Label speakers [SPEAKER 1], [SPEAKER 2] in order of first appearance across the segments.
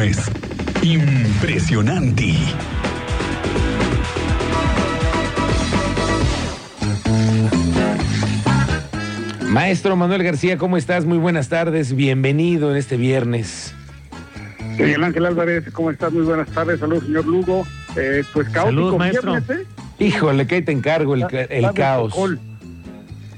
[SPEAKER 1] es impresionante.
[SPEAKER 2] Maestro Manuel García, ¿cómo estás? Muy buenas tardes, bienvenido en este viernes.
[SPEAKER 3] Miguel Ángel Álvarez, ¿cómo estás? Muy buenas tardes, saludos señor Lugo. Eh, pues caótico
[SPEAKER 4] Salud, maestro.
[SPEAKER 3] viernes, ¿eh?
[SPEAKER 2] Híjole, que ahí te encargo el, ca- el
[SPEAKER 3] Está del
[SPEAKER 2] caos.
[SPEAKER 3] cocol,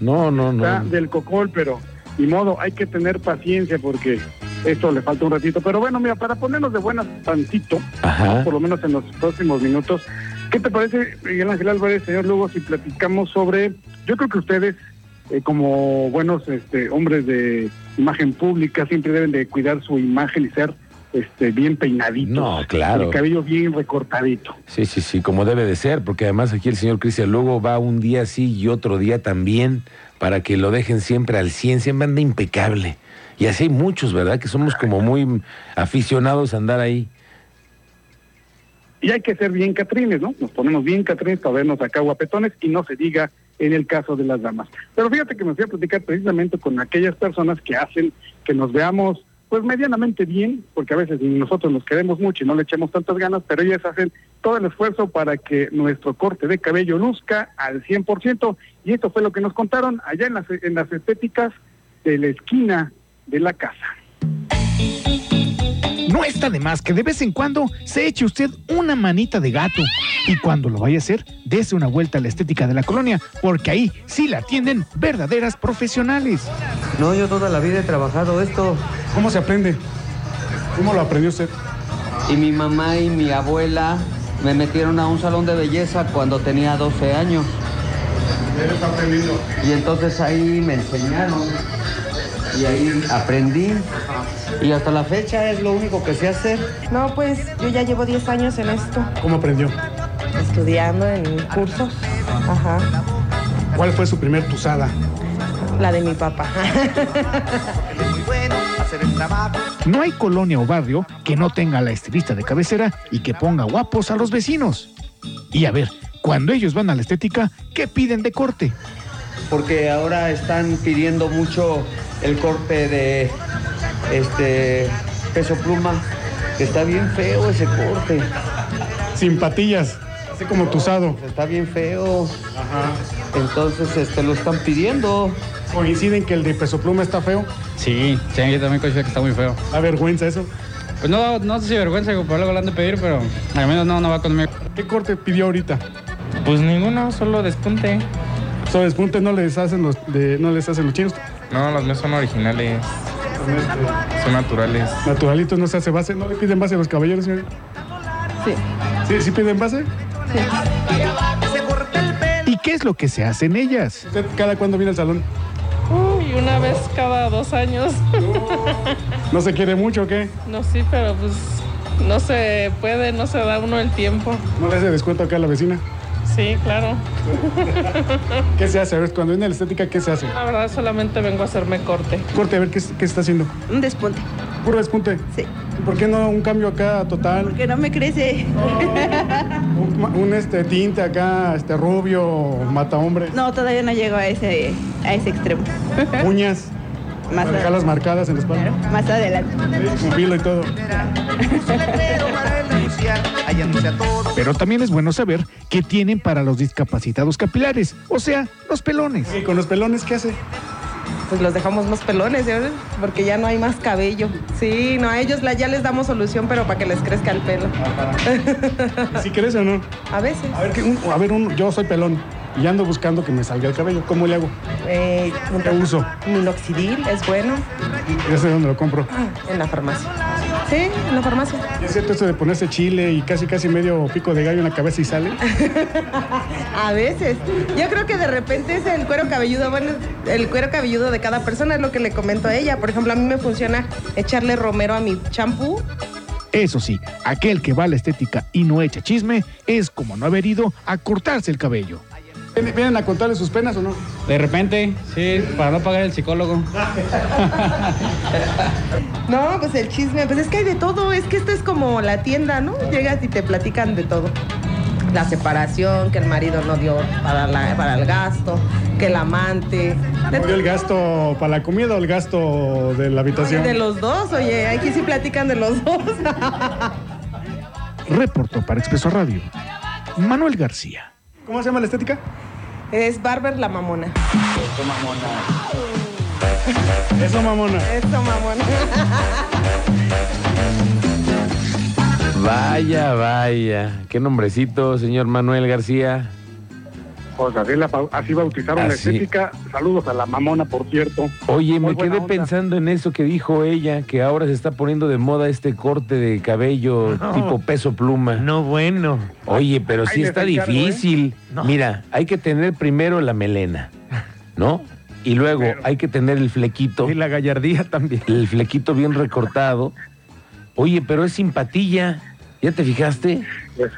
[SPEAKER 2] No, no,
[SPEAKER 3] Está
[SPEAKER 2] no.
[SPEAKER 3] del cocol, pero ni modo, hay que tener paciencia porque esto le falta un ratito. Pero bueno, mira, para ponernos de buenas tantito,
[SPEAKER 2] Ajá.
[SPEAKER 3] por lo menos en los próximos minutos. ¿Qué te parece, Miguel Ángel Álvarez, señor Lugo, si platicamos sobre, yo creo que ustedes, eh, como buenos este, hombres de imagen pública, siempre deben de cuidar su imagen y ser este, bien peinaditos.
[SPEAKER 2] No, claro.
[SPEAKER 3] El cabello bien recortadito.
[SPEAKER 2] Sí, sí, sí, como debe de ser, porque además aquí el señor Cristian Lugo va un día sí y otro día también, para que lo dejen siempre al 100, siempre anda impecable. Y así hay muchos, ¿verdad? Que somos como muy aficionados a andar ahí.
[SPEAKER 3] Y hay que ser bien catrines, ¿no? Nos ponemos bien catrines para vernos acá guapetones y no se diga en el caso de las damas. Pero fíjate que me fui a platicar precisamente con aquellas personas que hacen que nos veamos pues medianamente bien, porque a veces ni nosotros nos queremos mucho y no le echamos tantas ganas, pero ellas hacen todo el esfuerzo para que nuestro corte de cabello luzca al 100%. Y esto fue lo que nos contaron allá en las, en las estéticas de la esquina de la casa.
[SPEAKER 4] No está de más que de vez en cuando se eche usted una manita de gato. Y cuando lo vaya a hacer, dése una vuelta a la estética de la colonia, porque ahí sí la atienden verdaderas profesionales.
[SPEAKER 5] No, yo toda la vida he trabajado esto.
[SPEAKER 6] ¿Cómo se aprende? ¿Cómo lo aprendió usted?
[SPEAKER 5] Y mi mamá y mi abuela me metieron a un salón de belleza cuando tenía 12 años. Y entonces ahí me enseñaron. Y ahí aprendí. Y hasta la fecha es lo único que sé hacer.
[SPEAKER 7] No, pues yo ya llevo 10 años en esto,
[SPEAKER 6] ¿Cómo aprendió?
[SPEAKER 7] estudiando en cursos. Ajá,
[SPEAKER 6] ¿Cuál fue su primer tusada?
[SPEAKER 7] la de mi papá.
[SPEAKER 4] No hay colonia o barrio que no tenga a la estilista de cabecera y que ponga guapos a los vecinos. Y a ver, cuando ellos van a la estética, ¿qué piden de corte?
[SPEAKER 5] Porque ahora están pidiendo mucho el corte de este peso pluma. que Está bien feo ese corte.
[SPEAKER 6] Sin patillas, así como tusado.
[SPEAKER 5] Está bien feo. Entonces este lo están pidiendo.
[SPEAKER 6] ¿Coinciden que el de peso pluma está feo?
[SPEAKER 8] Sí, sí, yo también considero que está muy feo.
[SPEAKER 6] Da vergüenza eso.
[SPEAKER 8] Pues no, no sé si vergüenza por algo lo han de pedir, pero al menos no, no va conmigo.
[SPEAKER 6] ¿Qué corte pidió ahorita?
[SPEAKER 8] Pues ninguno, solo despunte.
[SPEAKER 6] Sobre despunte no les hacen los de, no les hacen los chinos.
[SPEAKER 8] No, los míos son originales, son naturales.
[SPEAKER 6] Naturalitos no se hace base, no le piden base a los caballeros, señor.
[SPEAKER 7] Sí,
[SPEAKER 6] Sí, sí piden base.
[SPEAKER 7] sí.
[SPEAKER 4] ¿Y qué es lo que se hacen ellas?
[SPEAKER 6] ¿Usted cada cuándo viene al salón?
[SPEAKER 9] Uy, una vez cada dos años.
[SPEAKER 6] ¿No se quiere mucho o qué?
[SPEAKER 9] No, sí, pero pues no se puede, no se da uno el tiempo.
[SPEAKER 6] ¿No le hace descuento acá a la vecina?
[SPEAKER 9] Sí, claro.
[SPEAKER 6] ¿Qué se hace? A ver, cuando viene a la estética, ¿qué se hace?
[SPEAKER 9] La verdad solamente vengo a hacerme corte.
[SPEAKER 6] Corte, a ver qué, qué está haciendo.
[SPEAKER 7] Un despunte,
[SPEAKER 6] Puro despunte.
[SPEAKER 7] sí.
[SPEAKER 6] ¿Y ¿Por qué no un cambio acá total?
[SPEAKER 7] Porque no me crece.
[SPEAKER 6] Un, un, este tinte acá, este rubio, mata hombre,
[SPEAKER 7] No, todavía no llego a ese, a ese extremo.
[SPEAKER 6] uñas,
[SPEAKER 7] Más,
[SPEAKER 6] para dejar
[SPEAKER 7] adelante.
[SPEAKER 6] las marcadas en la espalda,
[SPEAKER 7] Más adelante.
[SPEAKER 6] sí, con pila y todo.
[SPEAKER 4] Pero también es bueno saber qué tienen para los discapacitados capilares, o sea, los pelones.
[SPEAKER 6] ¿Y con los pelones qué hace?
[SPEAKER 9] Pues los dejamos más pelones, ¿eh? porque ya no hay más cabello. Sí, no, a ellos la- ya les damos solución, pero para que les crezca el pelo.
[SPEAKER 6] ¿Y ¿Si quieres o no?
[SPEAKER 9] A veces.
[SPEAKER 6] A ver, que un- a ver un, yo soy pelón y ando buscando que me salga el cabello. ¿Cómo le hago?
[SPEAKER 9] Eh, un
[SPEAKER 6] ¿Qué uso?
[SPEAKER 9] minoxidil es bueno
[SPEAKER 6] Ya sé dónde lo compro.
[SPEAKER 9] en la farmacia. Sí, en la farmacia.
[SPEAKER 6] ¿Y ¿Es cierto esto de ponerse chile y casi casi medio pico de gallo en la cabeza y sale?
[SPEAKER 7] A veces. Yo creo que de repente es el cuero cabelludo, bueno, el cuero cabelludo de cada persona es lo que le comento a ella. Por ejemplo, a mí me funciona echarle romero a mi champú
[SPEAKER 4] Eso sí, aquel que va a la estética y no echa chisme es como no haber ido a cortarse el cabello.
[SPEAKER 6] ¿Vienen vienen a contarle sus penas o no?
[SPEAKER 8] De repente, sí, para no pagar el psicólogo.
[SPEAKER 7] No, pues el chisme, pues es que hay de todo, es que esto es como la tienda, ¿no? Llegas y te platican de todo.
[SPEAKER 9] la separación, que el marido no dio para, la- para el gasto, que el amante. De,
[SPEAKER 6] ¿No dio el gasto para la comida o el gasto de la habitación?
[SPEAKER 9] de los dos, oye, aquí sí platican de los dos.
[SPEAKER 4] Reportó para Expreso Radio. Manuel García.
[SPEAKER 6] ¿Cómo se llama la estética?
[SPEAKER 9] es Barber la mamona.
[SPEAKER 6] Eso, mamona.
[SPEAKER 9] Eso, mamona.
[SPEAKER 2] Vaya, vaya. Qué nombrecito, señor Manuel García.
[SPEAKER 3] Pues así, la bau- así bautizaron la
[SPEAKER 2] Así.
[SPEAKER 3] estética. Saludos a la mamona, por cierto.
[SPEAKER 2] Oye,
[SPEAKER 3] Muy
[SPEAKER 2] me
[SPEAKER 3] buena
[SPEAKER 2] quedé
[SPEAKER 3] onda.
[SPEAKER 2] pensando en eso que dijo ella, que ahora se está poniendo de moda este corte de cabello
[SPEAKER 1] No.
[SPEAKER 2] tipo peso pluma.
[SPEAKER 1] No, bueno.
[SPEAKER 2] Oye, pero
[SPEAKER 3] Ahí
[SPEAKER 2] sí
[SPEAKER 3] les
[SPEAKER 2] está
[SPEAKER 3] encargo, ¿eh?
[SPEAKER 2] difícil.
[SPEAKER 1] No.
[SPEAKER 2] Mira, hay que tener primero la melena, ¿no? Y luego hay que tener el flequito,
[SPEAKER 1] Y la gallardía también.
[SPEAKER 2] el flequito bien recortado. Oye, pero es sin patilla. ¿Ya te fijaste?
[SPEAKER 3] Pues,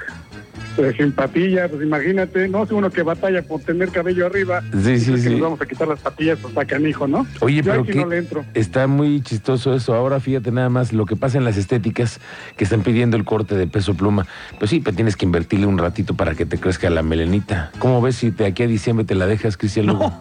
[SPEAKER 3] pues sin papilla, pues imagínate, ¿no? Si uno que batalla por tener cabello arriba.
[SPEAKER 2] Sí, sí,
[SPEAKER 3] es que
[SPEAKER 2] sí.
[SPEAKER 3] Nos vamos a quitar las patillas, pues está canijo, ¿no?
[SPEAKER 2] Oye,
[SPEAKER 3] Yo
[SPEAKER 2] pero
[SPEAKER 3] aquí
[SPEAKER 2] qué-
[SPEAKER 3] no le entro.
[SPEAKER 2] Está muy chistoso eso. Ahora fíjate nada más lo que pasa en las estéticas que están pidiendo el corte de peso pluma. Pues sí, pero tienes que invertirle un ratito para que te crezca la melenita. ¿Cómo ves si de aquí a diciembre te la dejas, Cristian Lugo?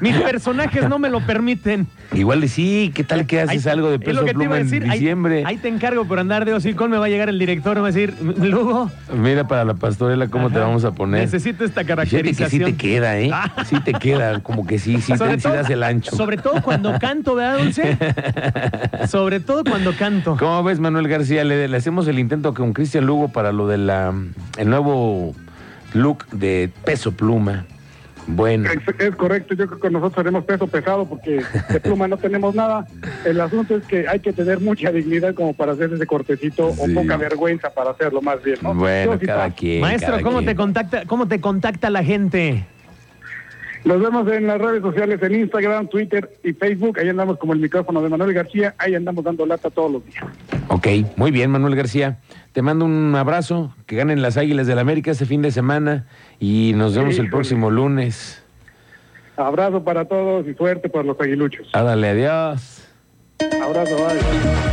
[SPEAKER 1] Mis personajes no me lo permiten.
[SPEAKER 2] Igual y sí, ¿qué tal que haces
[SPEAKER 1] Ahí-
[SPEAKER 2] algo de
[SPEAKER 1] es
[SPEAKER 2] peso
[SPEAKER 1] lo que te iba
[SPEAKER 2] pluma
[SPEAKER 1] a
[SPEAKER 2] en
[SPEAKER 1] decir, ahí-
[SPEAKER 2] diciembre?
[SPEAKER 1] Ahí, te encargo por andar de hocicón. Me va a llegar el director. Me va a decir, Lugo.
[SPEAKER 2] Mira para la pastorela cómo te
[SPEAKER 1] ajá,
[SPEAKER 2] vamos a poner.
[SPEAKER 1] Necesito esta
[SPEAKER 2] Fíjate que sí
[SPEAKER 1] caracterización.
[SPEAKER 2] te queda, ¿eh?
[SPEAKER 1] Ah.
[SPEAKER 2] Sí te queda, como que sí, sí,
[SPEAKER 1] Sobre
[SPEAKER 2] te- sí
[SPEAKER 1] todo-
[SPEAKER 2] das el ancho.
[SPEAKER 1] Sobre todo cuando canto, ¿verdad, Dulce? Sobre todo cuando canto.
[SPEAKER 2] ¿Cómo ves, Manuel García? Le, le hacemos el intento con Cristian Lugo para lo de la el nuevo look de peso pluma. Bueno,
[SPEAKER 3] Es, es correcto, yo creo que nosotros tenemos peso pesado porque de pluma no tenemos nada. El asunto es que hay que tener mucha dignidad como para hacer ese cortecito
[SPEAKER 2] Sí.
[SPEAKER 3] o poca vergüenza para hacerlo más bien, ¿no?
[SPEAKER 2] bueno,
[SPEAKER 3] Yo sí
[SPEAKER 2] cada
[SPEAKER 3] paso.
[SPEAKER 2] quien.
[SPEAKER 1] Maestro,
[SPEAKER 2] cada
[SPEAKER 1] ¿cómo
[SPEAKER 2] quien.
[SPEAKER 1] te contacta, cómo te contacta la gente?
[SPEAKER 3] Nos vemos en las redes sociales, en Instagram, Twitter y Facebook. Ahí andamos como el micrófono de Manuel García. Ahí andamos dando lata todos los días.
[SPEAKER 2] Ok, muy bien, Manuel García. Te mando un abrazo, que ganen las Águilas del América este fin de semana y nos vemos el
[SPEAKER 3] Híjole.
[SPEAKER 2] próximo lunes.
[SPEAKER 3] Abrazo para todos y suerte para los aguiluchos.
[SPEAKER 2] Ándale, adiós.
[SPEAKER 3] Abrazo, bye.